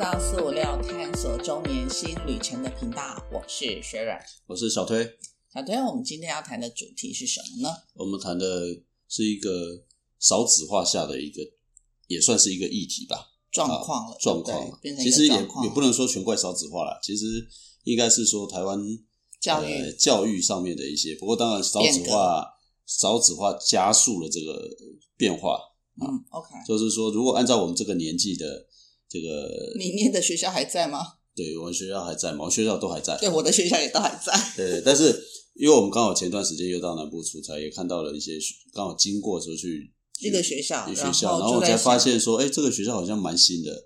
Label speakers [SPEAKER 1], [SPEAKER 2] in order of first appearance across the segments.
[SPEAKER 1] 到四五六探索中年新旅程的频道，我是雪软。
[SPEAKER 2] 我是小推。
[SPEAKER 1] 小推，我们今天要谈的主题是什么呢？
[SPEAKER 2] 我们谈的是一个少子化下的一个，也算是一个议题吧，
[SPEAKER 1] 状况了，
[SPEAKER 2] 啊状
[SPEAKER 1] 对
[SPEAKER 2] 况
[SPEAKER 1] 不
[SPEAKER 2] 嘛。
[SPEAKER 1] 对变成
[SPEAKER 2] 其
[SPEAKER 1] 一
[SPEAKER 2] 实
[SPEAKER 1] 个
[SPEAKER 2] 也
[SPEAKER 1] 状况
[SPEAKER 2] 也不能说全怪少子化啦，其实应该是说台湾
[SPEAKER 1] 教
[SPEAKER 2] 呃
[SPEAKER 1] 育
[SPEAKER 2] 教育上面的一些。不过当然少
[SPEAKER 1] 变
[SPEAKER 2] 子
[SPEAKER 1] 革
[SPEAKER 2] 化少子化加速了这个变化，
[SPEAKER 1] 嗯，OK，
[SPEAKER 2] 就是说如果按照我们这个年纪的这个，
[SPEAKER 1] 你念的学校还在吗？
[SPEAKER 2] 对我们学校还在吗？我们学校都还在。
[SPEAKER 1] 对，我的学校也都还在。
[SPEAKER 2] 对对，但是因为我们刚好前段时间又到南部出差，也看到了一些学刚好经过的时候去
[SPEAKER 1] 一个学校
[SPEAKER 2] 一个
[SPEAKER 1] 然
[SPEAKER 2] 学校，
[SPEAKER 1] 后
[SPEAKER 2] 然后
[SPEAKER 1] 就
[SPEAKER 2] 我
[SPEAKER 1] 在
[SPEAKER 2] 才
[SPEAKER 1] 想
[SPEAKER 2] 发现说，哎，这个学校好像蛮新的。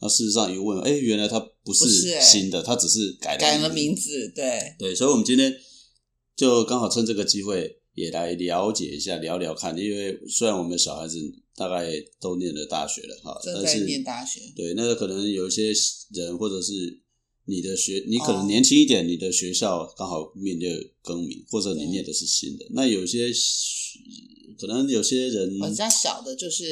[SPEAKER 2] 那事实上一问，哎，原来它不
[SPEAKER 1] 不是
[SPEAKER 2] 是
[SPEAKER 1] 哎
[SPEAKER 2] 新的，它只是改
[SPEAKER 1] 改了名。字，对，
[SPEAKER 2] 对，所以我们今天就刚好趁这个机会也来了解一下，聊聊看。因为虽然我们小孩子大概都念了大学了哈，
[SPEAKER 1] 正
[SPEAKER 2] 但
[SPEAKER 1] 在
[SPEAKER 2] 呃是
[SPEAKER 1] 念大学，
[SPEAKER 2] 对，那可能有一些人或者是你的学，你可
[SPEAKER 1] 哦
[SPEAKER 2] 能年轻一点，你的学校刚好面对更名，或者你
[SPEAKER 1] 对
[SPEAKER 2] 念的是新的。那有些可能有些人
[SPEAKER 1] 我哦家小的就是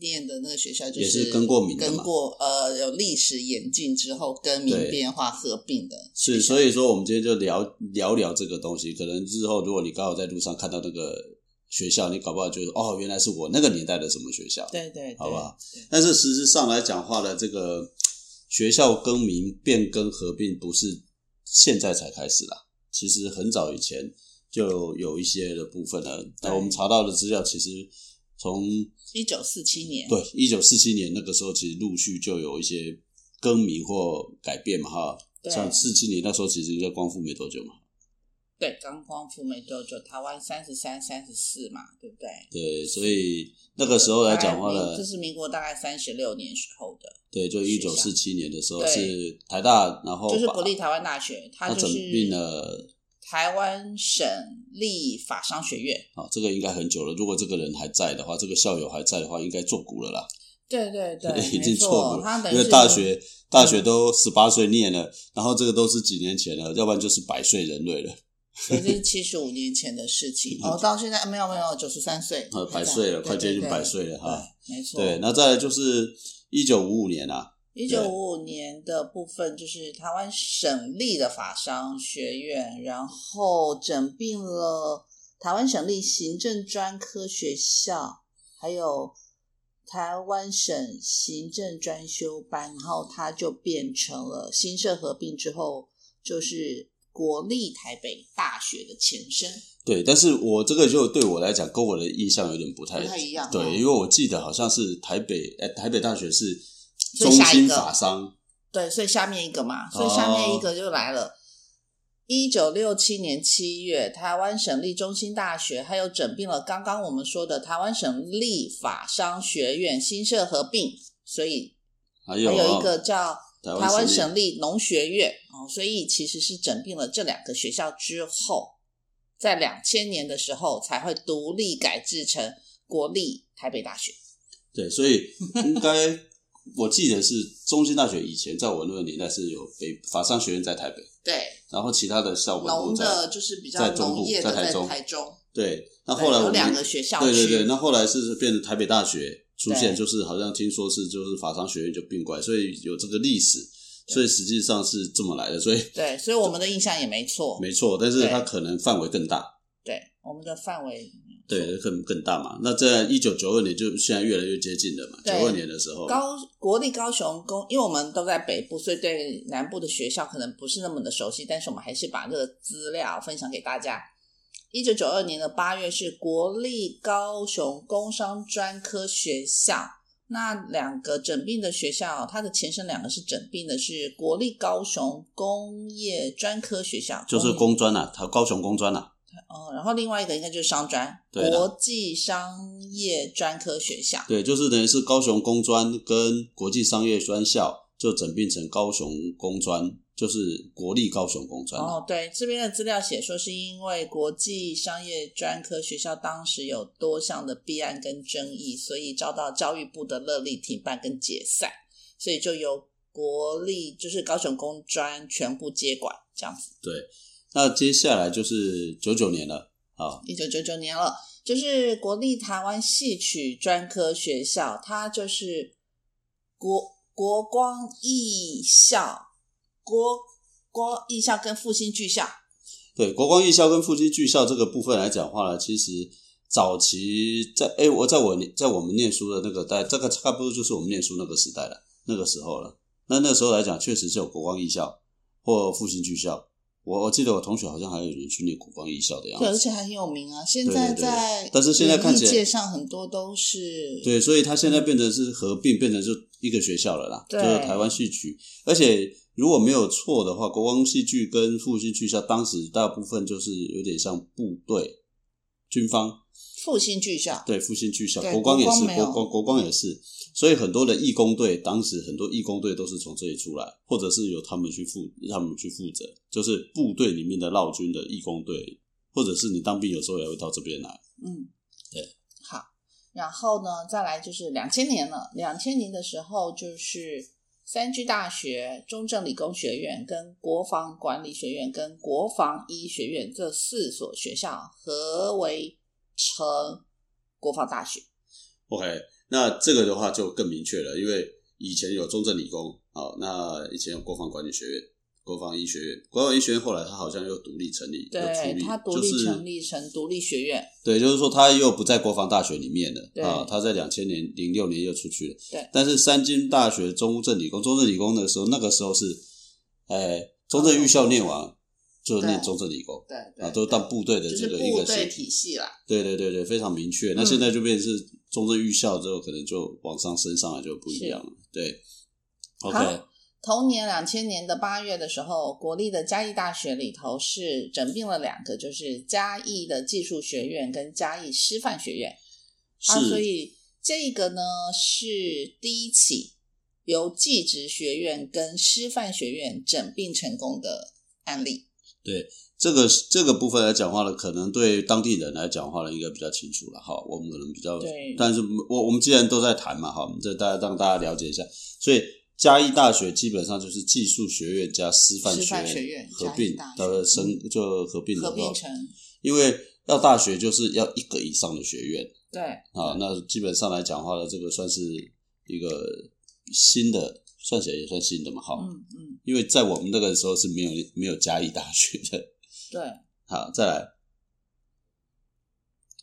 [SPEAKER 1] 念的那个学校，就
[SPEAKER 2] 嗯也是跟过名的
[SPEAKER 1] 跟
[SPEAKER 2] 嘛
[SPEAKER 1] 过呃有历史演进之后更名
[SPEAKER 2] 对
[SPEAKER 1] 变化合并的学校，
[SPEAKER 2] 是，所以说我们今天就聊聊聊这个东西。可能日后如果你刚好在路上看到那个学校，你搞不好就哦，原来是我那个年代的什么学校。
[SPEAKER 1] 对对，对
[SPEAKER 2] 好吧
[SPEAKER 1] 对
[SPEAKER 2] 但是实质上来讲话呢，这个学校更名、变更、合并不是现在才开始啦，其实很早以前就有一些的部分了。那我们查到的资料，其实从
[SPEAKER 1] 一九四七年，
[SPEAKER 2] 对一九四七年那个时候，其实陆续就有一些更名或改变嘛，哈。
[SPEAKER 1] 对
[SPEAKER 2] 像四七年那时候，其实应该光复没多久嘛。
[SPEAKER 1] 对，刚光复没多久，台湾三十三、三十四嘛，对不对？
[SPEAKER 2] 对，所以那个时候来讲话
[SPEAKER 1] 大概民，
[SPEAKER 2] 呢
[SPEAKER 1] 这是民国大概三十六年时候的，
[SPEAKER 2] 对，就一九四七年的时候
[SPEAKER 1] 对
[SPEAKER 2] 是台大，然后
[SPEAKER 1] 就是
[SPEAKER 2] 哦把
[SPEAKER 1] 国立台湾大学，它
[SPEAKER 2] 它
[SPEAKER 1] 就
[SPEAKER 2] 整
[SPEAKER 1] 是
[SPEAKER 2] 并了。
[SPEAKER 1] 台湾省立法商学院。
[SPEAKER 2] 啊，这个应该很久了。如果这个人还在的话，这个校友还在的话，应该做股了啦，
[SPEAKER 1] 对对对，
[SPEAKER 2] 已经
[SPEAKER 1] 没
[SPEAKER 2] 做
[SPEAKER 1] 错，
[SPEAKER 2] 股
[SPEAKER 1] 它
[SPEAKER 2] 了。
[SPEAKER 1] 等
[SPEAKER 2] 因
[SPEAKER 1] 于嗯
[SPEAKER 2] 为
[SPEAKER 1] 是
[SPEAKER 2] 大学大学都十八岁念了，然后这个都是几年前了，要不然就是百岁人类了，
[SPEAKER 1] 这是七十五年前的事 情，哦，到现在没有没有九十三岁
[SPEAKER 2] 呃，，百岁了，
[SPEAKER 1] 对
[SPEAKER 2] 快接近
[SPEAKER 1] 对
[SPEAKER 2] 百岁了
[SPEAKER 1] 对
[SPEAKER 2] 哈。
[SPEAKER 1] 对没错。
[SPEAKER 2] 对，那再来就是一九五五年啊，
[SPEAKER 1] 一九五五年的部分就是台湾省立的法商学院，然后整并了台湾省立行政专科学校，还有台湾省行政专修班，然后它就变成了新社合并之后，就是国立台北大学的前身。
[SPEAKER 2] 对，但是我这个就对我来讲，跟我的印象有点不太
[SPEAKER 1] 不太一样哦
[SPEAKER 2] 对，因为我记得好像是台北，呃，台北大学是
[SPEAKER 1] 所
[SPEAKER 2] 中
[SPEAKER 1] 以下一
[SPEAKER 2] 心
[SPEAKER 1] 个
[SPEAKER 2] 法商，
[SPEAKER 1] 对，所以下面一个嘛，所以下面
[SPEAKER 2] 哦
[SPEAKER 1] 一个就来了。一九六七年七月，台湾省立中心大学还有整并了刚刚我们说的台湾省立法商学院新社合并，所以
[SPEAKER 2] 还
[SPEAKER 1] 还
[SPEAKER 2] 有啊
[SPEAKER 1] 有一个叫
[SPEAKER 2] 台
[SPEAKER 1] 台湾
[SPEAKER 2] 立
[SPEAKER 1] 省立农学院哦，所以其实是整并了这两个学校之后，在两千年的时候才会独立改制成国立台北大学。
[SPEAKER 2] 对，所以应该我记得是中兴大学以前在我那个年代是有北法商学院在台北，
[SPEAKER 1] 对，
[SPEAKER 2] 然后其他的校本
[SPEAKER 1] 农
[SPEAKER 2] 部在
[SPEAKER 1] 的就是比较
[SPEAKER 2] 在中部
[SPEAKER 1] 农业的
[SPEAKER 2] 在台中
[SPEAKER 1] 台中
[SPEAKER 2] 对。那后来
[SPEAKER 1] 有
[SPEAKER 2] 我们
[SPEAKER 1] 两个学校
[SPEAKER 2] 对对
[SPEAKER 1] 区
[SPEAKER 2] 对，那后来是变成台北大学出现，
[SPEAKER 1] 对
[SPEAKER 2] 就是好像听说是就是法商学院就并过来，所以有这个历史，所以实际上是这么来的，所以
[SPEAKER 1] 对，所以我们的印象也没错。
[SPEAKER 2] 没错，但是它
[SPEAKER 1] 对
[SPEAKER 2] 可能范围更大。
[SPEAKER 1] 对，我们的范围。
[SPEAKER 2] 对，更更大嘛。那在一九九二年就现在越来越接近了嘛。九
[SPEAKER 1] 对
[SPEAKER 2] 二年的时候，
[SPEAKER 1] 高国立高雄工，因为我们都在北部，所以对南部的学校可能不是那么的熟悉，但是我们还是把这个资料分享给大家。一九九二年的八月是国立高雄工商专科学校，那两个整并的学校，它的前身两个是整并的，是国立高雄工业专科学校，
[SPEAKER 2] 就是
[SPEAKER 1] 业
[SPEAKER 2] 工专啊，它高雄工专啊，
[SPEAKER 1] 哦，然后另外一个应该就是商专，
[SPEAKER 2] 对啦
[SPEAKER 1] 国际商业专科学校。
[SPEAKER 2] 对，就是等于是高雄工专跟国际商业专校就整并成高雄工专，就是国立高雄工专、啊。
[SPEAKER 1] 哦，对，这边的资料写说是因为国际商业专科学校当时有多项的弊案跟争议，所以遭到教育部的勒令停办跟解散，所以就由国立就是高雄工专全部接管这样子。
[SPEAKER 2] 那接下来就是九九年了啊，
[SPEAKER 1] 一九九九年了，就是国立台湾戏曲专科学校，它就是国国光艺校、国光艺校跟复兴剧校，
[SPEAKER 2] 对国光艺校跟复兴剧校这个部分来讲话呢，其实早期在哎、我在我在我们念书的那个代，这个差不多就是我们念书那个时代了，那个时候了。那那时候来讲，确实是有国光艺校或复兴剧校。我我记得我同学好像还有人去念国光艺校的样
[SPEAKER 1] 对，而
[SPEAKER 2] 子。
[SPEAKER 1] 且很有名啊。现
[SPEAKER 2] 对
[SPEAKER 1] 在
[SPEAKER 2] 对对
[SPEAKER 1] 在
[SPEAKER 2] 但是现在看起
[SPEAKER 1] 文
[SPEAKER 2] 来
[SPEAKER 1] 艺界上很多都是
[SPEAKER 2] 对，所以它现在变成是合并，变成就一个学校了啦，就
[SPEAKER 1] 对
[SPEAKER 2] 是台湾戏曲。而且如果没有错的话，国光戏剧跟复兴剧校当时大部分就是有点像部队、军方，
[SPEAKER 1] 复兴剧校，
[SPEAKER 2] 对复兴剧校，
[SPEAKER 1] 对
[SPEAKER 2] 国光也
[SPEAKER 1] 国
[SPEAKER 2] 是，
[SPEAKER 1] 光没有
[SPEAKER 2] 国光国光也是。所以很多的义工队，当时很多义工队都是从这里出来，或者是由他们去负，他们去负责，就是部队里面的绕军的义工队，或者是你当兵有时候也会到这边来。
[SPEAKER 1] 嗯，
[SPEAKER 2] 对，
[SPEAKER 1] 好。然后呢，再来就是两千年了。两千年的时候，就是三居大学、中正理工学院、跟国防管理学院、跟国防医学院这四所学校合为成国防大学。
[SPEAKER 2] OK，那这个的话就更明确了，因为以前有中正理工，好，那以前有国防管理学院、国防医学院，国防医学院后来它好像又独立成立，又
[SPEAKER 1] 对
[SPEAKER 2] 出，立
[SPEAKER 1] 它独立成
[SPEAKER 2] 就是
[SPEAKER 1] 立成独立学院。
[SPEAKER 2] 对，就是说它又不在国防大学里面
[SPEAKER 1] 对
[SPEAKER 2] 了啊，它在两千年零六年又出去了，
[SPEAKER 1] 对
[SPEAKER 2] 但是三军大学中正理工，中正理工的时候，那个时候是，哎，中正预校念完就念
[SPEAKER 1] 对
[SPEAKER 2] 中正理工
[SPEAKER 1] 对对，
[SPEAKER 2] 啊，都当部队的
[SPEAKER 1] 就
[SPEAKER 2] 这
[SPEAKER 1] 是
[SPEAKER 2] 个一个
[SPEAKER 1] 部
[SPEAKER 2] 系
[SPEAKER 1] 队体系啦。
[SPEAKER 2] 对对对对，非常明确。那
[SPEAKER 1] 嗯
[SPEAKER 2] 现在就变成是中正预校之后，可能就往上升上来就不一样了。对，OK，
[SPEAKER 1] 好同年两千年的八月的时候，国立的嘉义大学里头是整并了两个，就是嘉义的技术学院跟嘉义师范学院。啊，所
[SPEAKER 2] 是
[SPEAKER 1] 以这个呢是第一起由技职学院跟师范学院整并成功的案例。
[SPEAKER 2] 这个这个部分来讲话呢，可能对当地人来讲话呢，应该比较清楚了哈。我们可能比较
[SPEAKER 1] 对，
[SPEAKER 2] 但是我我们既然都在谈嘛哈，我们这大家让大家了解一下，所以。嘉义大学基本上就是技术学院加师范
[SPEAKER 1] 师
[SPEAKER 2] 学
[SPEAKER 1] 范学院
[SPEAKER 2] 合
[SPEAKER 1] 嘉义
[SPEAKER 2] 并
[SPEAKER 1] 大，学嗯
[SPEAKER 2] 呃，生就合并了
[SPEAKER 1] 合并
[SPEAKER 2] 哈
[SPEAKER 1] 成
[SPEAKER 2] 因为要大学就是要一个以上的学院，
[SPEAKER 1] 对
[SPEAKER 2] 啊，那基本上来讲话呢，这个算是一个新的，算起来也算新的嘛，哈、
[SPEAKER 1] 嗯嗯
[SPEAKER 2] 因为在我们那个时候是没有没有嘉义大学的。
[SPEAKER 1] 对
[SPEAKER 2] 好，再来，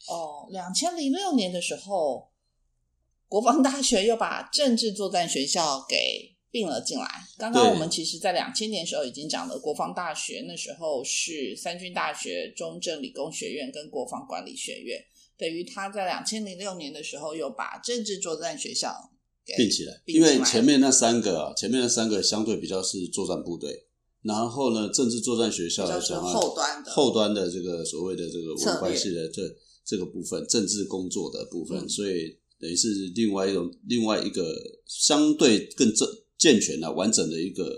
[SPEAKER 1] 哦，两千零六年的时候，国防大学又把政治作战学校给并了进来。刚刚
[SPEAKER 2] 对
[SPEAKER 1] 我们其实，在两千年时候已经讲了，国防大学那时候是三军大学、中正理工学院跟国防管理学院，等于他在两千零六年的时候又把政治作战学校给
[SPEAKER 2] 并起来，
[SPEAKER 1] 并
[SPEAKER 2] 因
[SPEAKER 1] 进来
[SPEAKER 2] 为前面那三个啊，前面那三个相对比较是作战部队，然后呢，政治作战学校
[SPEAKER 1] 比较
[SPEAKER 2] 来
[SPEAKER 1] 是
[SPEAKER 2] 讲啊，
[SPEAKER 1] 后端的
[SPEAKER 2] 后端的这个所谓的这个
[SPEAKER 1] 策略
[SPEAKER 2] 文关系的这这个部分，政治工作的部分，
[SPEAKER 1] 嗯
[SPEAKER 2] 所以等于是另外一种另外一个相对更正健全的、完整的一个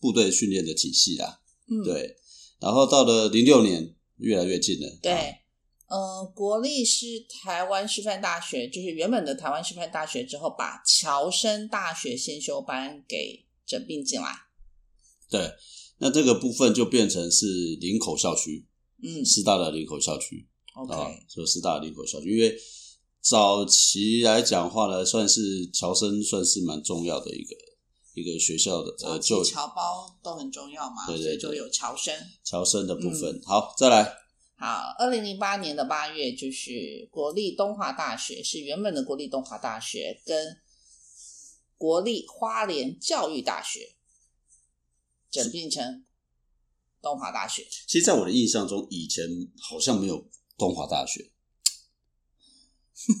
[SPEAKER 2] 部队训练的体系啦。
[SPEAKER 1] 嗯
[SPEAKER 2] 对，然后到了零六年，越来越近了。啊
[SPEAKER 1] 对，呃，国立是台湾师范大学，就是原本的台湾师范大学之后，把侨生大学先修班给整并进来。
[SPEAKER 2] 对，那这个部分就变成是林口校区，
[SPEAKER 1] 嗯
[SPEAKER 2] 师大的林口校区。
[SPEAKER 1] ，OK，、
[SPEAKER 2] 啊，所以师大林口校区，因为早期来讲话呢，算是侨生算是蛮重要的一个一个学校的
[SPEAKER 1] 早
[SPEAKER 2] 呃
[SPEAKER 1] 期
[SPEAKER 2] 就
[SPEAKER 1] 侨胞都很重要嘛，
[SPEAKER 2] 对对
[SPEAKER 1] 所以
[SPEAKER 2] 对
[SPEAKER 1] 就有侨生。
[SPEAKER 2] 侨生的
[SPEAKER 1] 嗯
[SPEAKER 2] 部分。好，再来，
[SPEAKER 1] 好，二零零八年的八月，就是国立东华大学是原本的国立东华大学跟国立花莲教育大学整并成东华大学。
[SPEAKER 2] 其实在我的印象中，以前好像没有东华大学。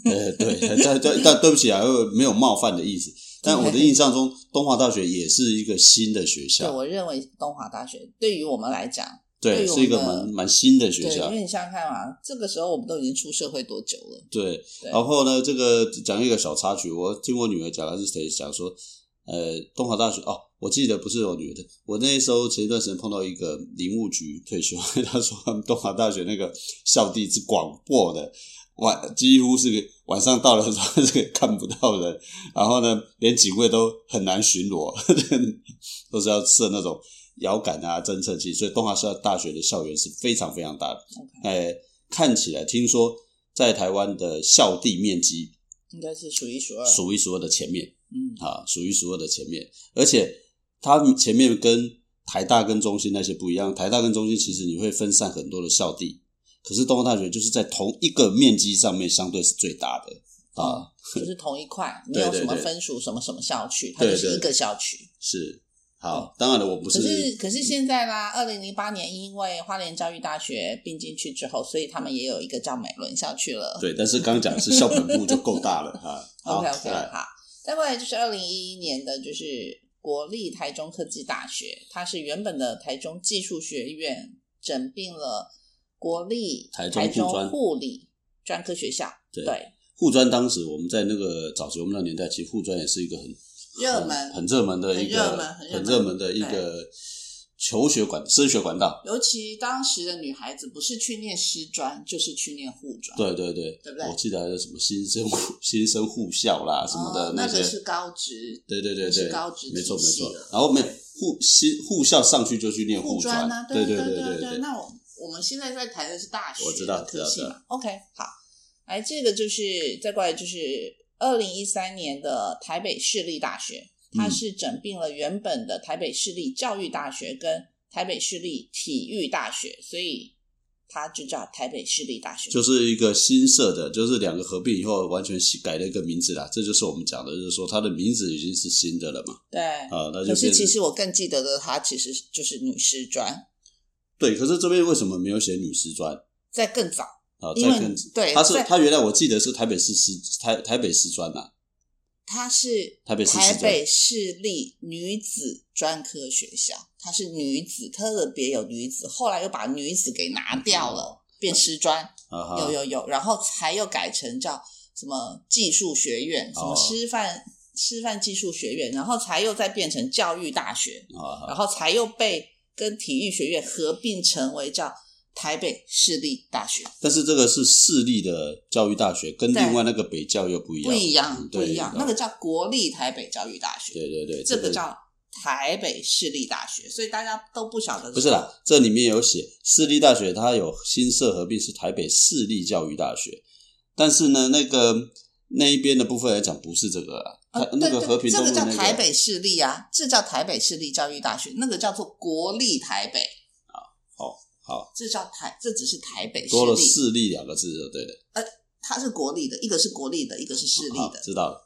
[SPEAKER 2] 呃，对，但但但对不起啊，呃没有冒犯的意思。但 我的印象中，东华大学也是一个新的学
[SPEAKER 1] 对，
[SPEAKER 2] 校，
[SPEAKER 1] 我认为东华大学对于我们来讲，对
[SPEAKER 2] 对，
[SPEAKER 1] 我
[SPEAKER 2] 是一个
[SPEAKER 1] 们的
[SPEAKER 2] 蛮蛮新的学
[SPEAKER 1] 对，
[SPEAKER 2] 校
[SPEAKER 1] 因。为你想想看嘛，这个时候我们都已经出社会多久了？
[SPEAKER 2] 对，
[SPEAKER 1] 对
[SPEAKER 2] 然后呢，这个讲一个小插曲，我听我女儿讲的是谁讲说，呃，东华大学哦，我记得不是我女儿的，我那时候前一段时间碰到一个林务局退休， 他说他们东华大学那个校地是广阔的，晚几乎是晚上到了之后是看不到人，然后呢，连警卫都很难巡逻， 都是要设那种遥感啊、侦测器，所以东华校大学的校园是非常非常大的。哎，看起来听说在台湾的校地面积
[SPEAKER 1] 应该是数一数二。
[SPEAKER 2] 数一数二的前面，
[SPEAKER 1] 嗯，
[SPEAKER 2] 啊，数一数二的前面，而且它前面跟台大跟中心那些不一样，台大跟中心其实你会分散很多的校地，可是东华大学就是在同一个面积上面相对是最大的
[SPEAKER 1] 嗯
[SPEAKER 2] 啊，
[SPEAKER 1] 就是同一块，没
[SPEAKER 2] 对
[SPEAKER 1] 有
[SPEAKER 2] 对
[SPEAKER 1] 什么
[SPEAKER 2] 对
[SPEAKER 1] 分属什么什么校区，它就
[SPEAKER 2] 对
[SPEAKER 1] 是
[SPEAKER 2] 对
[SPEAKER 1] 一个校区。
[SPEAKER 2] 是好，当然了，我不
[SPEAKER 1] 可是可是现在啦，二零零八年因为花莲教育大学并进去之后，所以他们也有一个叫美伦校区了。。
[SPEAKER 2] 对，但是刚讲是校本部就够大了哈 好哎
[SPEAKER 1] OK OK
[SPEAKER 2] 再来
[SPEAKER 1] 好，再过来就是二零一一年的，就是国立台中科技大学，它是原本的台中技术学院整并了国立
[SPEAKER 2] 台中
[SPEAKER 1] 台
[SPEAKER 2] 护
[SPEAKER 1] 中
[SPEAKER 2] 专
[SPEAKER 1] 护理专科学校，
[SPEAKER 2] 对
[SPEAKER 1] 对，
[SPEAKER 2] 护专当时我们在那个早期我们那年代，其实护专也是一个很
[SPEAKER 1] 热门
[SPEAKER 2] 很很热门的
[SPEAKER 1] 很
[SPEAKER 2] 一
[SPEAKER 1] 热
[SPEAKER 2] 个
[SPEAKER 1] 门很热门
[SPEAKER 2] 很热门的一个求学管升学管道。
[SPEAKER 1] 尤其当时的女孩子不是去念师专，就是去念护专，
[SPEAKER 2] 对对对，
[SPEAKER 1] 对不对
[SPEAKER 2] 我记得还有什么新生护 新生护校啦什么的
[SPEAKER 1] 哦、那
[SPEAKER 2] 些，
[SPEAKER 1] 个是高职，
[SPEAKER 2] 对对对
[SPEAKER 1] 那是
[SPEAKER 2] 对，
[SPEAKER 1] 高职
[SPEAKER 2] 没错
[SPEAKER 1] 体
[SPEAKER 2] 没
[SPEAKER 1] 系
[SPEAKER 2] 错
[SPEAKER 1] 了。
[SPEAKER 2] 然后没有护新护校上去就去念
[SPEAKER 1] 护
[SPEAKER 2] 专
[SPEAKER 1] 啊，，
[SPEAKER 2] 对
[SPEAKER 1] 对
[SPEAKER 2] 对
[SPEAKER 1] 对
[SPEAKER 2] 对，
[SPEAKER 1] 那我我们现在在谈的是大学，
[SPEAKER 2] 我知道知
[SPEAKER 1] 科
[SPEAKER 2] 道
[SPEAKER 1] 系
[SPEAKER 2] 知道
[SPEAKER 1] 嘛。OK，好，来这个就是再过来就是二零一三年的台北市立大学，它
[SPEAKER 2] 嗯
[SPEAKER 1] 是整并了原本的台北市立教育大学跟台北市立体育大学，所以它就叫台北市立大学。
[SPEAKER 2] 就是一个新设的，就是两个合并以后完全改了一个名字啦。这就是我们讲的，就是说它的名字已经是新的了嘛。
[SPEAKER 1] 对，
[SPEAKER 2] 啊，那就
[SPEAKER 1] 可是
[SPEAKER 2] 变
[SPEAKER 1] 其
[SPEAKER 2] 成
[SPEAKER 1] 实我更记得的，它其实就是女师专，
[SPEAKER 2] 对，可是这边为什么没有写女师专
[SPEAKER 1] 在更早，
[SPEAKER 2] 啊？
[SPEAKER 1] 因为
[SPEAKER 2] 再更
[SPEAKER 1] 对
[SPEAKER 2] 他是
[SPEAKER 1] 在
[SPEAKER 2] 他原来我记得是台北市师台台北师专呐，
[SPEAKER 1] 它是
[SPEAKER 2] 台北市
[SPEAKER 1] 台
[SPEAKER 2] 师专
[SPEAKER 1] 北市立女子专科学校，它是女子，特别有女子，后来又把女子给拿掉了，变师专，
[SPEAKER 2] 嗯啊哈，
[SPEAKER 1] 有有有，然后才又改成叫什么技术学院，什么
[SPEAKER 2] 哦
[SPEAKER 1] 师范师范技术学院，然后才又再变成教育大学，
[SPEAKER 2] 啊哈，
[SPEAKER 1] 然后才又被跟体育学院合并成为叫台北市立大学，
[SPEAKER 2] 但是这个是市立的教育大学，跟
[SPEAKER 1] 对
[SPEAKER 2] 另外那个北教又不一样，
[SPEAKER 1] 不一样
[SPEAKER 2] 嗯
[SPEAKER 1] 不一样，那
[SPEAKER 2] 个
[SPEAKER 1] 个叫国立台北教育大学，
[SPEAKER 2] 对对对，
[SPEAKER 1] 这个
[SPEAKER 2] 个
[SPEAKER 1] 叫台北市立大学，所以大家都不晓得
[SPEAKER 2] 不是啦，这里面有写私立大学，它有新设合并是台北市立教育大学，但是呢，那个那一边的部分来讲不是这个啦，
[SPEAKER 1] 啊，
[SPEAKER 2] 它那
[SPEAKER 1] 对
[SPEAKER 2] 个
[SPEAKER 1] 对
[SPEAKER 2] 和平
[SPEAKER 1] 这
[SPEAKER 2] 东
[SPEAKER 1] 个
[SPEAKER 2] 路那
[SPEAKER 1] 叫台北市立啊，这叫台北市立教育大学，那个叫做国立台北，
[SPEAKER 2] 啊好
[SPEAKER 1] 这叫台，这只是台北市
[SPEAKER 2] 多了
[SPEAKER 1] 立，
[SPEAKER 2] 市立两个字就对了，
[SPEAKER 1] 它是国立的，一个是国立的，一个是市立
[SPEAKER 2] 好
[SPEAKER 1] 的，
[SPEAKER 2] 知道了。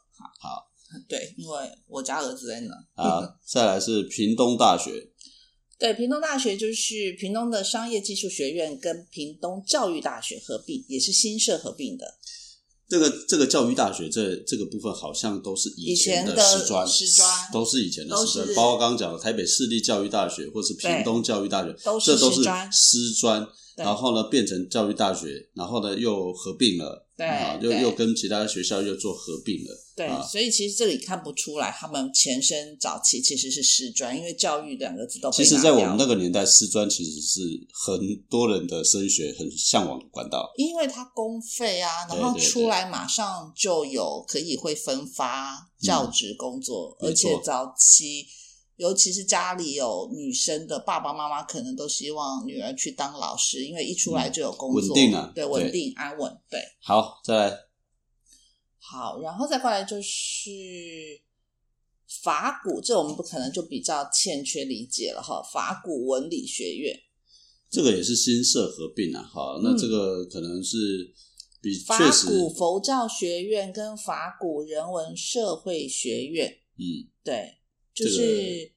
[SPEAKER 1] 对，因为我家儿子在那。
[SPEAKER 2] 啊，再来是屏东大学，
[SPEAKER 1] 对，屏东大学就是屏东的商业技术学院跟屏东教育大学合并，也是新社合并的。
[SPEAKER 2] 这个这个教育大学这这个部分好像都是以
[SPEAKER 1] 以前
[SPEAKER 2] 的
[SPEAKER 1] 的
[SPEAKER 2] 师专，
[SPEAKER 1] 师专
[SPEAKER 2] 都是以前的
[SPEAKER 1] 都
[SPEAKER 2] 师
[SPEAKER 1] 是
[SPEAKER 2] 专，包括刚刚讲的台北市立教育大学或是屏东教育大学，
[SPEAKER 1] 都是
[SPEAKER 2] 这都
[SPEAKER 1] 师
[SPEAKER 2] 是
[SPEAKER 1] 专
[SPEAKER 2] 师专，
[SPEAKER 1] 对
[SPEAKER 2] 然后呢变成教育大学，然后呢又合并了，
[SPEAKER 1] 对
[SPEAKER 2] 啊，又
[SPEAKER 1] 对
[SPEAKER 2] 又跟其他学校又做合并了，
[SPEAKER 1] 对，
[SPEAKER 2] 啊
[SPEAKER 1] 所以其实这里看不出来，他们前身早期其实是师专，因为教育两个字都被
[SPEAKER 2] 其实，
[SPEAKER 1] 拿
[SPEAKER 2] 在我
[SPEAKER 1] 掉
[SPEAKER 2] 们那个年代，师专其实是很多人的升学很向往的管道。
[SPEAKER 1] 因为它公费啊，然
[SPEAKER 2] 对
[SPEAKER 1] 后
[SPEAKER 2] 对
[SPEAKER 1] 出来马上就有可以会分发教职工作，
[SPEAKER 2] 嗯
[SPEAKER 1] 而且
[SPEAKER 2] 没错
[SPEAKER 1] 早期，尤其是家里有女生的爸爸妈妈，可能都希望女儿去当老师，因为一出来就有工作，
[SPEAKER 2] 稳定啊
[SPEAKER 1] 对，
[SPEAKER 2] 对
[SPEAKER 1] 稳定安稳，对，
[SPEAKER 2] 好，再来
[SPEAKER 1] 好，然后再过来就是法古，这我们不可能就比较欠缺理解了哈，法古文理学院。
[SPEAKER 2] 这个也是新社合并啊，哈，那这个可能是比
[SPEAKER 1] 嗯法
[SPEAKER 2] 确实，
[SPEAKER 1] 古佛教学院跟法古人文社会学院，
[SPEAKER 2] 嗯，
[SPEAKER 1] 对，就是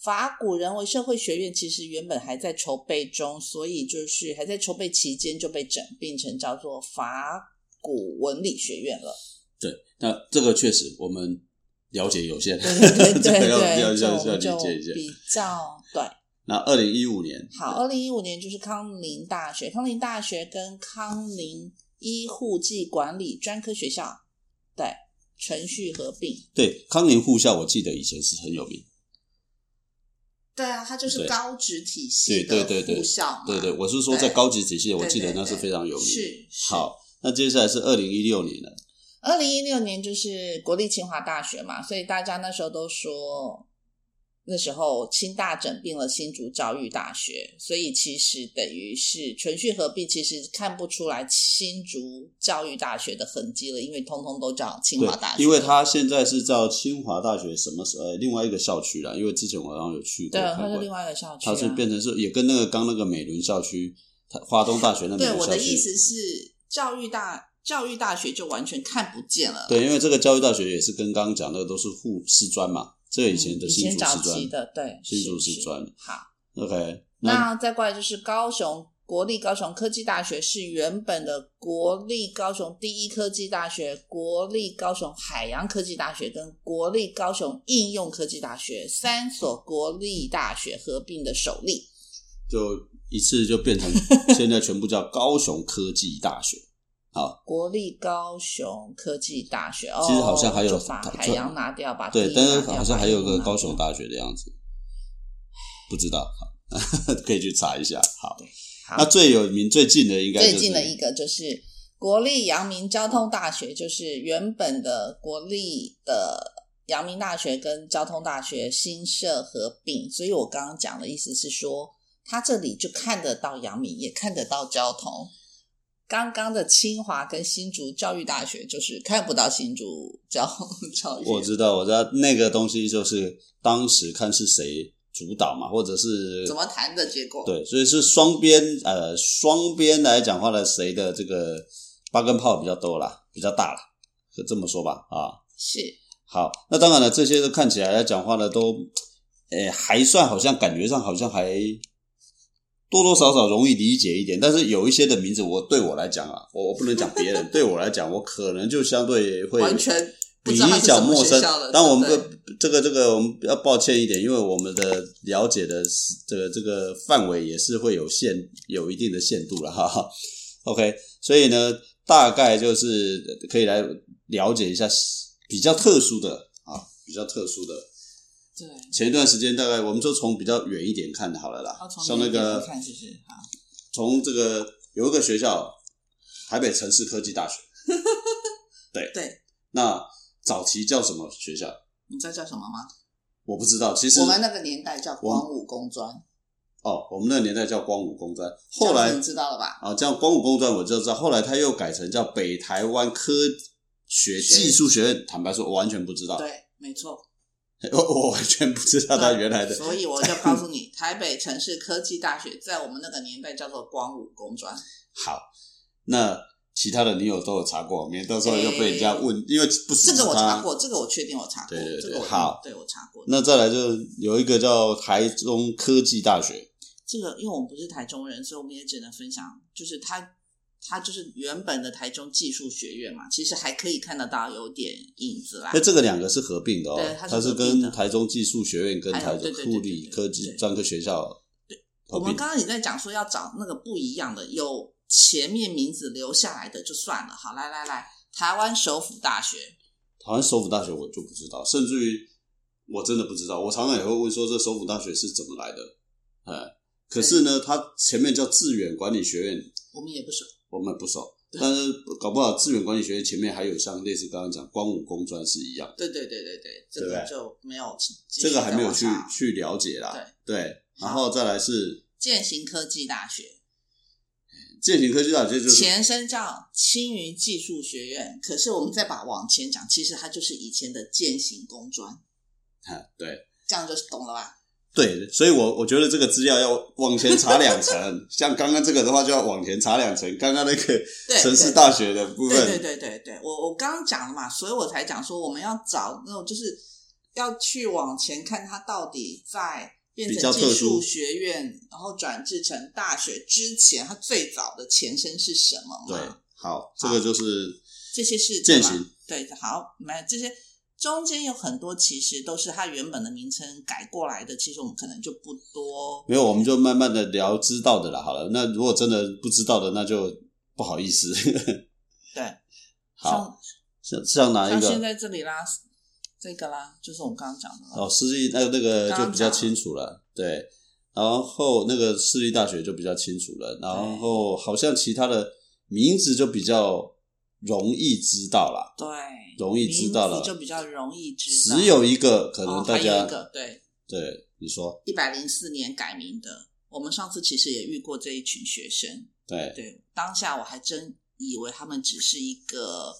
[SPEAKER 1] 法古人文社会学院，其实原本还在筹备中，所以就是还在筹备期间就被整并成叫做法古文理学院 了。
[SPEAKER 2] 对，那这个确实我们了解有限，
[SPEAKER 1] 对对对
[SPEAKER 2] 这个要要
[SPEAKER 1] 对，这
[SPEAKER 2] 要
[SPEAKER 1] 我
[SPEAKER 2] 要
[SPEAKER 1] 们
[SPEAKER 2] 理
[SPEAKER 1] 就
[SPEAKER 2] 解一下。
[SPEAKER 1] 比较对。
[SPEAKER 2] 那二零一五年，
[SPEAKER 1] 好，二零一五年就是康宁大学，康宁大学跟康宁医护技管理专科学校，对，程序合并。
[SPEAKER 2] 对康宁护校，我记得以前是很有名，
[SPEAKER 1] 对啊，它就是
[SPEAKER 2] 对
[SPEAKER 1] 高职体系
[SPEAKER 2] 对
[SPEAKER 1] 的
[SPEAKER 2] 对对对
[SPEAKER 1] 护校嘛。
[SPEAKER 2] 对对，我是说在
[SPEAKER 1] 对
[SPEAKER 2] 高级体系，我
[SPEAKER 1] 对
[SPEAKER 2] 记得
[SPEAKER 1] 对
[SPEAKER 2] 那是
[SPEAKER 1] 对
[SPEAKER 2] 非常有名。
[SPEAKER 1] 是是
[SPEAKER 2] 好，那接下来是二零一六年了，
[SPEAKER 1] 二零一六年就是国立清华大学嘛，所以大家那时候都说那时候清大整并了新竹教育大学，所以其实等于是纯序合并，其实看不出来新竹教育大学的痕迹了，因为通通都叫清华大学。
[SPEAKER 2] 对，因为它现在是叫清华大学什么呃另外一个校区啦，因为之前我好像有去
[SPEAKER 1] 对，
[SPEAKER 2] 过看
[SPEAKER 1] 它
[SPEAKER 2] 过，
[SPEAKER 1] 是另外一个校区、啊，
[SPEAKER 2] 它是变成是也跟那个刚那个美伦校区，它华东大学那美
[SPEAKER 1] 对
[SPEAKER 2] 伦
[SPEAKER 1] 我
[SPEAKER 2] 校
[SPEAKER 1] 的
[SPEAKER 2] 区
[SPEAKER 1] 意，思是，教育大教育大学就完全看不见了。
[SPEAKER 2] 对，因为这个教育大学也是跟刚刚讲那个都是护师专嘛，这个
[SPEAKER 1] 嗯，
[SPEAKER 2] 以前的
[SPEAKER 1] 以
[SPEAKER 2] 新
[SPEAKER 1] 前
[SPEAKER 2] 竹
[SPEAKER 1] 早
[SPEAKER 2] 师专
[SPEAKER 1] 期的对
[SPEAKER 2] 新竹
[SPEAKER 1] 是
[SPEAKER 2] 师专
[SPEAKER 1] 是好，
[SPEAKER 2] ，OK，
[SPEAKER 1] 那再过来就是高雄国立高雄科技大学是原本的国立高雄第一科技大学、国立高雄海洋科技大学跟国立高雄应用科技大学三所国立大学合并的首例。
[SPEAKER 2] 就一次就 变成现在全部叫高雄科技大学。好，
[SPEAKER 1] 国立高雄科技大学，哦，
[SPEAKER 2] 其实好像还有
[SPEAKER 1] 就把海洋拿掉，把第
[SPEAKER 2] 对
[SPEAKER 1] 一，
[SPEAKER 2] 但是
[SPEAKER 1] 拿掉
[SPEAKER 2] 好像还有个高雄，
[SPEAKER 1] 把
[SPEAKER 2] 大学的样子，不知道， 好可以去查一下。好，
[SPEAKER 1] 好
[SPEAKER 2] 那最有名最近的应该
[SPEAKER 1] 最
[SPEAKER 2] 就是
[SPEAKER 1] 近的一个就是国立阳明交通大学，就是原本的国立的阳明大学跟交通大学新社合并，所以我刚刚讲的意思是说，它这里就看得到阳明，也看得到交通。刚刚的清华跟新竹教育大学就是看不到新竹教 教育，
[SPEAKER 2] 我知道，我知道那个东西就是当时看是谁主导嘛，或者是
[SPEAKER 1] 怎么谈的结果？
[SPEAKER 2] 对，所以是双边呃双边来讲话呢，谁的这个八根炮比较多啦，比较大啦，就这么说吧啊。
[SPEAKER 1] 是
[SPEAKER 2] 好，那当然了，这些都看起来来讲话呢，都，诶、还算好像感觉上好像还多多少少容易理解一点，但是有一些的名字我，对我来讲啊，我我不能讲别人，对我来讲，我可能就相对会
[SPEAKER 1] 完全不
[SPEAKER 2] 比
[SPEAKER 1] 知道它是
[SPEAKER 2] 较
[SPEAKER 1] 什么
[SPEAKER 2] 陌
[SPEAKER 1] 学
[SPEAKER 2] 生
[SPEAKER 1] 校了。。
[SPEAKER 2] 但我们
[SPEAKER 1] 对
[SPEAKER 2] 不这个这个我们要抱歉一点，因为我们的了解的这个这个范围也是会有限，有一定的限度了哈哈。OK，所以呢，大概就是可以来了解一下比较特殊的啊，比较特殊的。
[SPEAKER 1] 对，对
[SPEAKER 2] 前一段时间大概我们就从比较远一点看好了啦
[SPEAKER 1] 要，哦从
[SPEAKER 2] 像那
[SPEAKER 1] 远一点
[SPEAKER 2] 个
[SPEAKER 1] 看是不是？好，
[SPEAKER 2] 从这个有一个学校，台北城市科 技大学，
[SPEAKER 1] 对，
[SPEAKER 2] 那早期叫什么学校？
[SPEAKER 1] 你知道叫什么吗？
[SPEAKER 2] 我不知道，其实
[SPEAKER 1] 我们那个年代叫光武工专，
[SPEAKER 2] 哦，我们那个年代叫光武工专，后来
[SPEAKER 1] 这样子你知道了吧？
[SPEAKER 2] 啊，叫光武工专我就知道，后来他又改成叫北台湾科学技术学院。坦白说，我完全不知道，
[SPEAKER 1] 对，没错。
[SPEAKER 2] 我 我完全不知道他原来的。
[SPEAKER 1] 所以我就告诉 你，台北城市科技大学在我们那个年代叫做光武工 专。
[SPEAKER 2] 好，那其他的你有都有查过，免得到时候又被人家问，因为不是
[SPEAKER 1] 这个我
[SPEAKER 2] 他
[SPEAKER 1] 查。过，这个我确定我查过，
[SPEAKER 2] 对对对
[SPEAKER 1] 这个我
[SPEAKER 2] 好
[SPEAKER 1] 对我查过。
[SPEAKER 2] 那再来就有一个叫台中科技大学，
[SPEAKER 1] 这个因为我们不是台中人，所以我们也只能分享，就是它它就是原本的台中技术学院嘛，其实还可以看得到有点影子啦
[SPEAKER 2] 那。这个两个是合并的哦
[SPEAKER 1] 啊对，它是
[SPEAKER 2] 它是
[SPEAKER 1] 合并的
[SPEAKER 2] 跟台中技术学院跟
[SPEAKER 1] 还有
[SPEAKER 2] 台中
[SPEAKER 1] 对对对
[SPEAKER 2] 护
[SPEAKER 1] 对
[SPEAKER 2] 理
[SPEAKER 1] 对
[SPEAKER 2] 科技
[SPEAKER 1] 对
[SPEAKER 2] 专科学校
[SPEAKER 1] 我
[SPEAKER 2] 合
[SPEAKER 1] 们
[SPEAKER 2] 并。
[SPEAKER 1] 刚刚也在讲说要找那个不一样的，有前面名字留下来的就算了。好，来来来，台湾首府大学，
[SPEAKER 2] 好像首府大学我就不知道，甚至于我真的不知道。我常常也会问说，这首府大学是怎么来的？哎，可是呢，它前面叫致远管理学院，
[SPEAKER 1] 我们也不熟。
[SPEAKER 2] 我们不熟，
[SPEAKER 1] 对
[SPEAKER 2] 但是搞不好致远管理学院前面还有像类似刚刚讲光武工专是一样，
[SPEAKER 1] 对对对对对，这
[SPEAKER 2] 对不
[SPEAKER 1] 个
[SPEAKER 2] 对
[SPEAKER 1] 就没有继续
[SPEAKER 2] 这个还没有去
[SPEAKER 1] 再往下
[SPEAKER 2] 去了解啦。对，然后再来是
[SPEAKER 1] 践行科技大学，
[SPEAKER 2] 建行科技大学，就是
[SPEAKER 1] 前身叫青云技术学院，可是我们再把往前讲，其实它就是以前的践行工专，
[SPEAKER 2] 啊对
[SPEAKER 1] 这样就懂了吧？
[SPEAKER 2] 对，所以我我觉得这个资料要往前查两 层，像刚刚这个的话就要往前查两层，刚刚那个
[SPEAKER 1] 对，
[SPEAKER 2] 城市
[SPEAKER 1] 对
[SPEAKER 2] 大学的部分，
[SPEAKER 1] 对对对对对，我我刚刚讲了嘛，所以我才讲说我们要找那种就是要去往前看，它到底在变
[SPEAKER 2] 比较
[SPEAKER 1] 成
[SPEAKER 2] 特
[SPEAKER 1] 技
[SPEAKER 2] 殊
[SPEAKER 1] 术学院，然后转制成大学之前，它最早的前身是什么
[SPEAKER 2] 对
[SPEAKER 1] 嘛？，
[SPEAKER 2] 好，这个就是
[SPEAKER 1] 这些是
[SPEAKER 2] 践
[SPEAKER 1] 对吧
[SPEAKER 2] 行
[SPEAKER 1] 对，好，那这些中间有很多其实都是它原本的名称改过来的，其实我们可能就不多。
[SPEAKER 2] 没有，我们就慢慢的聊知道的了。好了，那如果真的不知道的，那就不好意思。
[SPEAKER 1] 对，
[SPEAKER 2] 好，像像哪一
[SPEAKER 1] 像像现
[SPEAKER 2] 个？
[SPEAKER 1] 在这里啦，这个啦，就是我们刚刚讲的啦。
[SPEAKER 2] 哦，私立那那个
[SPEAKER 1] 刚
[SPEAKER 2] 就
[SPEAKER 1] 刚
[SPEAKER 2] 比较
[SPEAKER 1] 讲了
[SPEAKER 2] 清楚了，对。然后那个私立大学就比较清楚了，然后好像其他的名字就比较容易知道啦。
[SPEAKER 1] 对，
[SPEAKER 2] 容易知道了
[SPEAKER 1] 名字就比较容易知道。
[SPEAKER 2] 只有一个可能
[SPEAKER 1] 哦
[SPEAKER 2] 大
[SPEAKER 1] 还有
[SPEAKER 2] 家、
[SPEAKER 1] 一个对
[SPEAKER 2] 对你说
[SPEAKER 1] 一百零四年改名的，我们上次其实也遇过这一群学生。
[SPEAKER 2] 对
[SPEAKER 1] 对，当下我还真以为他们只是一个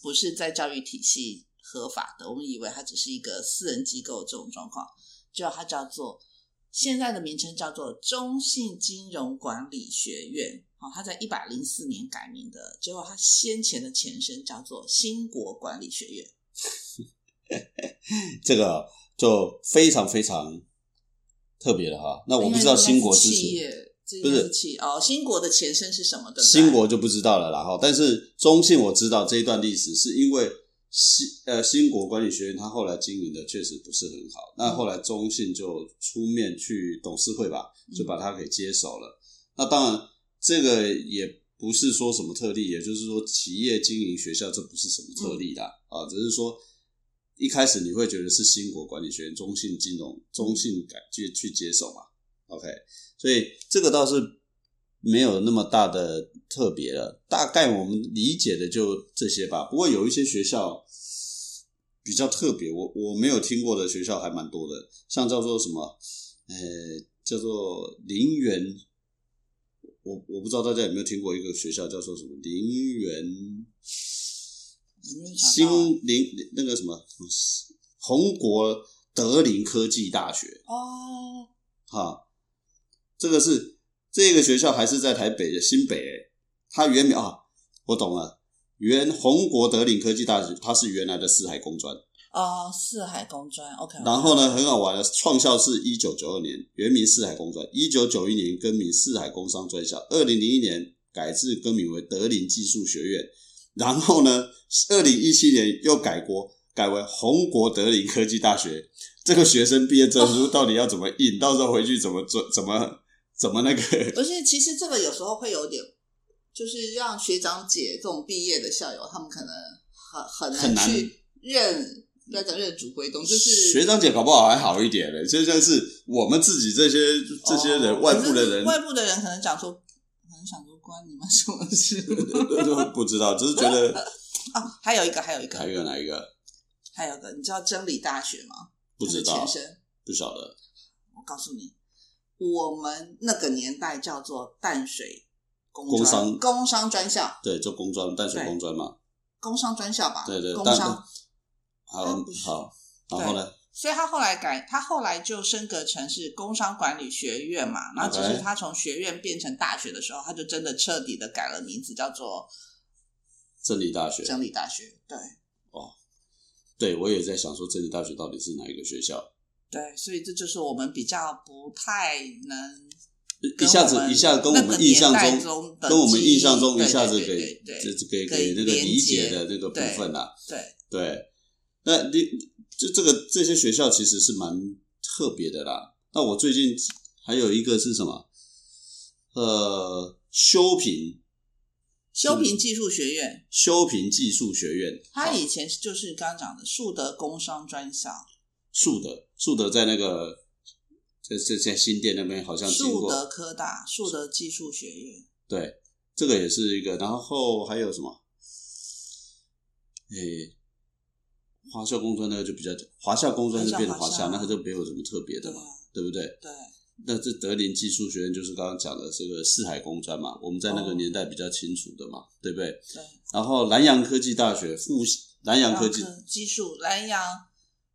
[SPEAKER 1] 不是在教育体系合法的，我们以为它只是一个私人机构这种状况，就它叫做现在的名称叫做中信金融管理学院。哦，它在一百零四年改名的，结果它先前的前身叫做兴国管理学院。
[SPEAKER 2] 这个就非常非常特别了哈。那我不知道新国之
[SPEAKER 1] 应该是企
[SPEAKER 2] 前
[SPEAKER 1] 业，这
[SPEAKER 2] 不
[SPEAKER 1] 应
[SPEAKER 2] 是
[SPEAKER 1] 该是企哦，新国的嗯前身是什么？对不对？
[SPEAKER 2] 新国就不知道了啦哈。但是中信我知道这一段历史，是因为新呃新国管理学院它后来经营的确实不是很好，那后来中信就出面去董事会吧，就把它给接手了。那当然这个也。不是说什么特例，也就是说，企业经营学校这不是什么特例啦，啊，只是说一开始你会觉得是新国管理学院、中信金融、中信改去去接手嘛，OK，所以这个倒是没有那么大的特别了，大概我们理解的就这些吧。不过有一些学校比较特别，我我没有听过的学校还蛮多的，像叫做什么，呃，叫做林园，我我不知道大家有没有听过一个学校叫做什么林园
[SPEAKER 1] 嗯
[SPEAKER 2] 新林那个什么红国德林科技大学，
[SPEAKER 1] 哦，
[SPEAKER 2] 哈，这个是这个学校还是在台北的新北诶，它原名啊，我懂了，原红国德岭科技大学，它是原来的四海工专，
[SPEAKER 1] 哦，四海工专，OK。
[SPEAKER 2] 然后呢，很好玩的，创校是一九九二年，原名四海工专，一九九一年更名四海工商专校，二零零一年改制更名为德林技术学院，然后呢，二零一七年又改国。改为红国德林科技大学，这个学生毕业证书到底要怎么印？到时候回去怎么做？怎么怎么那个？
[SPEAKER 1] 而且其实这个有时候会有点，就是让学长姐这种毕业的校友，他们可能很
[SPEAKER 2] 很
[SPEAKER 1] 很
[SPEAKER 2] 难
[SPEAKER 1] 难去认，不要讲认主归宗，就是
[SPEAKER 2] 学长姐搞不好还好一点嘞，就像是我们自己这些这些人，
[SPEAKER 1] 哦
[SPEAKER 2] 外部
[SPEAKER 1] 可
[SPEAKER 2] 的
[SPEAKER 1] 是
[SPEAKER 2] 人
[SPEAKER 1] 外部的人可能讲说，可能想说关你们什么事
[SPEAKER 2] 都不知道，就是觉得
[SPEAKER 1] 啊？还有一个，还有一个，
[SPEAKER 2] 还有哪一个
[SPEAKER 1] 还有一个，你知道真理大学吗？
[SPEAKER 2] 不知
[SPEAKER 1] 它
[SPEAKER 2] 道
[SPEAKER 1] 的前，身，
[SPEAKER 2] 不晓得
[SPEAKER 1] 我告诉你，我们那个年代叫做淡水工
[SPEAKER 2] 工
[SPEAKER 1] 专
[SPEAKER 2] 商
[SPEAKER 1] 工商专校，
[SPEAKER 2] 对，就工专淡水
[SPEAKER 1] 对
[SPEAKER 2] 工专嘛，
[SPEAKER 1] 工商专校吧？
[SPEAKER 2] 对对，
[SPEAKER 1] 工
[SPEAKER 2] 但
[SPEAKER 1] 商。
[SPEAKER 2] 好嗯
[SPEAKER 1] 它哦不是
[SPEAKER 2] 好，然后呢，
[SPEAKER 1] 所以他后来改，他后来就升格成是工商管理学院嘛。然后只
[SPEAKER 2] OK
[SPEAKER 1] 是他从学院变成大学的时候，他就真的彻底的改了名字，叫做
[SPEAKER 2] 真理大学，
[SPEAKER 1] 真理大学。对
[SPEAKER 2] 对我也在想说真理大学到底是哪一个学校，
[SPEAKER 1] 对，所以这就是我们比较不太能
[SPEAKER 2] 一下子
[SPEAKER 1] 跟我们
[SPEAKER 2] 一下跟我
[SPEAKER 1] 那个
[SPEAKER 2] 们印象
[SPEAKER 1] 年代
[SPEAKER 2] 中
[SPEAKER 1] 中的
[SPEAKER 2] 跟我们印
[SPEAKER 1] 记
[SPEAKER 2] 象
[SPEAKER 1] 忆
[SPEAKER 2] 中一下子
[SPEAKER 1] 对对
[SPEAKER 2] 给
[SPEAKER 1] 对
[SPEAKER 2] 这
[SPEAKER 1] 对
[SPEAKER 2] 这给
[SPEAKER 1] 可
[SPEAKER 2] 给
[SPEAKER 1] 以
[SPEAKER 2] 那个
[SPEAKER 1] 连
[SPEAKER 2] 理解
[SPEAKER 1] 接
[SPEAKER 2] 的那个部
[SPEAKER 1] 对
[SPEAKER 2] 分啊，
[SPEAKER 1] 对
[SPEAKER 2] 对，那你这这个这些学校其实是蛮特别的啦。那我最近还有一个是什么？呃，修平
[SPEAKER 1] 修平技术学院，
[SPEAKER 2] 修平技术学院，
[SPEAKER 1] 它
[SPEAKER 2] 好
[SPEAKER 1] 以前就是刚刚讲的树德工商专校，
[SPEAKER 2] 树德树德在那个在在在新店那边好像经
[SPEAKER 1] 树
[SPEAKER 2] 过，
[SPEAKER 1] 德科大、树德技术学院，
[SPEAKER 2] 对，这个也是一个。然后还有什么？诶、华夏工专那个就比较，华夏工专就变成华
[SPEAKER 1] 华夏
[SPEAKER 2] 夏，
[SPEAKER 1] 华夏
[SPEAKER 2] 那个就没有什么特别的
[SPEAKER 1] 对
[SPEAKER 2] 嘛，
[SPEAKER 1] 啊
[SPEAKER 2] 对不对？
[SPEAKER 1] 对，
[SPEAKER 2] 那这德林技术学院就是刚刚讲的这个四海工专嘛，我们在
[SPEAKER 1] 哦
[SPEAKER 2] 那个年代比较清楚的嘛，对不对？
[SPEAKER 1] 对。
[SPEAKER 2] 然后南洋科技大学复南洋
[SPEAKER 1] 南
[SPEAKER 2] 科技，
[SPEAKER 1] 技术南洋，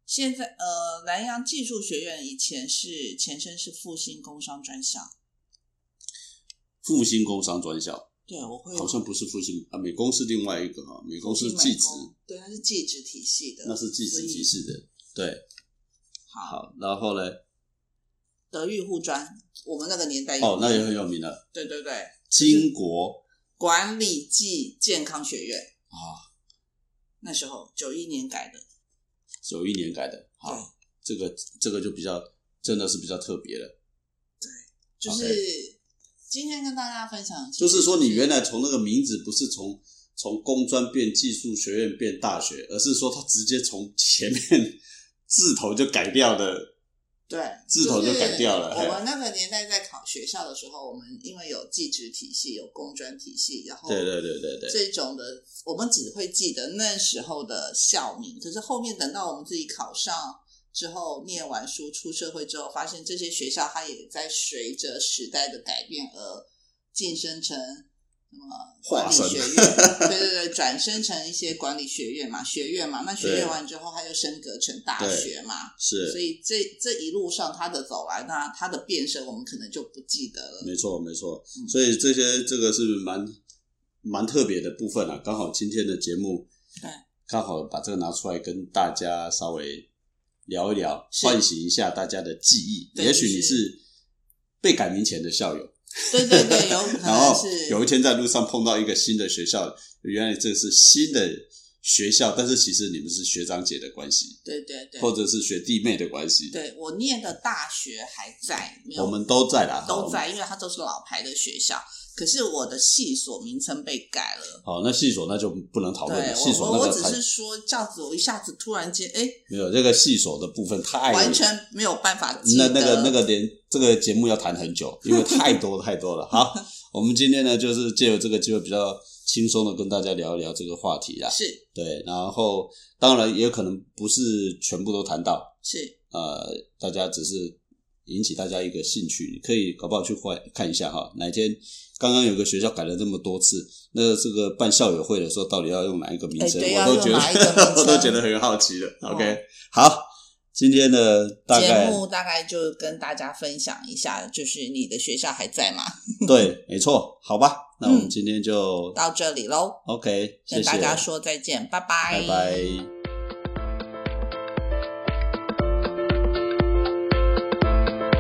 [SPEAKER 1] 现在呃南洋技术学院以前是前身是复兴工商专校，
[SPEAKER 2] 复兴工商专校，
[SPEAKER 1] 对我会
[SPEAKER 2] 好像不是复兴啊，美工是另外一个哈，美工是
[SPEAKER 1] 复兴美
[SPEAKER 2] 技职，
[SPEAKER 1] 工，对，它是技职体系的，
[SPEAKER 2] 那是技职
[SPEAKER 1] 所以
[SPEAKER 2] 体系的，对。
[SPEAKER 1] 好，
[SPEAKER 2] 好，然后嘞，
[SPEAKER 1] 德育护专，我们那个年代有
[SPEAKER 2] 哦，那也很有名了，
[SPEAKER 1] 对对对，
[SPEAKER 2] 金国
[SPEAKER 1] 管理暨健康学院，
[SPEAKER 2] 啊，
[SPEAKER 1] 那时候九一年改的，
[SPEAKER 2] 九一年改的，
[SPEAKER 1] 对
[SPEAKER 2] 好，，这个这个就比较真的是比较特别了。
[SPEAKER 1] 就是今天跟大家分享，
[SPEAKER 2] 就是说，你原来从那个名字不是从从工专变技术学院变大学，而是说它直接从前面字头就改掉的。
[SPEAKER 1] 对，
[SPEAKER 2] 字头就改掉了
[SPEAKER 1] 就是
[SPEAKER 2] 嘿
[SPEAKER 1] 我们那个年代在考学校的时候，我们因为有技职体系、有工专体系，然后
[SPEAKER 2] 对对对对对，
[SPEAKER 1] 这种的，我们只会记得那时候的校名。可是后面等到我们自己考上之后念完书出社会之后，发现这些学校它也在随着时代的改变而晋升成什么管
[SPEAKER 2] 化
[SPEAKER 1] 理
[SPEAKER 2] 身
[SPEAKER 1] 学 院，对对对，转生成一些管理学院嘛，学院嘛，那学
[SPEAKER 2] 对
[SPEAKER 1] 院完之后，它就升格成大
[SPEAKER 2] 对
[SPEAKER 1] 学嘛，所
[SPEAKER 2] 是
[SPEAKER 1] 以这这一路上他的走来，那他的变身，我们可能就不记得了。
[SPEAKER 2] 没错没错
[SPEAKER 1] 嗯，
[SPEAKER 2] 所以这些这个是蛮蛮特别的部分啊，刚好今天的节目
[SPEAKER 1] 对，
[SPEAKER 2] 刚好把这个拿出来跟大家稍微聊一聊，
[SPEAKER 1] 是
[SPEAKER 2] 唤醒一下大家的记忆，
[SPEAKER 1] 对
[SPEAKER 2] 也许你
[SPEAKER 1] 是
[SPEAKER 2] 是被改名前的校友。
[SPEAKER 1] 对对对，有 可
[SPEAKER 2] 然
[SPEAKER 1] 能
[SPEAKER 2] 后
[SPEAKER 1] 是
[SPEAKER 2] 有一天在路上碰到一个新的学校，原来这是新的学校，但是其实你们是学长姐的关系，
[SPEAKER 1] 对对对，
[SPEAKER 2] 或者是学弟妹的关系，
[SPEAKER 1] 对我念的大学还在，没有
[SPEAKER 2] 我们都在啦，
[SPEAKER 1] 都在，因为它都是老牌的学校。可是我的系所名称被改了。
[SPEAKER 2] 好。好，那系所那就不能讨论
[SPEAKER 1] 对
[SPEAKER 2] 了，系
[SPEAKER 1] 我
[SPEAKER 2] 所
[SPEAKER 1] 我
[SPEAKER 2] 哦那
[SPEAKER 1] 我
[SPEAKER 2] 个
[SPEAKER 1] 只
[SPEAKER 2] 太
[SPEAKER 1] 是说这样子，我一下子突然间哎，
[SPEAKER 2] 没有这个系所的部分太
[SPEAKER 1] 完全没有办法记
[SPEAKER 2] 那
[SPEAKER 1] 得
[SPEAKER 2] 那个那个连这个节目要谈 很久，因为太多太多了。好，我们今天呢就是借由这个机会比较轻松的跟大家聊一聊这个话题啦。
[SPEAKER 1] 是
[SPEAKER 2] 对，然后当然也有可能不是全部都谈到，
[SPEAKER 1] 是
[SPEAKER 2] 呃，大家只是引起大家一个兴趣，你可以搞不好去换看一下哈。哪一天刚刚有个学校改了这么多次，那这个办校友会的时候，到底要用哪一个名称，
[SPEAKER 1] 哎对
[SPEAKER 2] 我都
[SPEAKER 1] 要
[SPEAKER 2] 觉
[SPEAKER 1] 用哪一 个名
[SPEAKER 2] 得
[SPEAKER 1] 称
[SPEAKER 2] 我都觉得很好奇了。
[SPEAKER 1] 哦
[SPEAKER 2] OK，好，今天的大
[SPEAKER 1] 节
[SPEAKER 2] 概
[SPEAKER 1] 目大概就跟大家分享一下，就是你的学校还在吗？
[SPEAKER 2] 对，没错，好吧，那我们
[SPEAKER 1] 嗯
[SPEAKER 2] 今天就、
[SPEAKER 1] 到这里喽，
[SPEAKER 2] OK，谢
[SPEAKER 1] 跟
[SPEAKER 2] 谢
[SPEAKER 1] 大家说再见，拜拜，
[SPEAKER 2] 拜拜。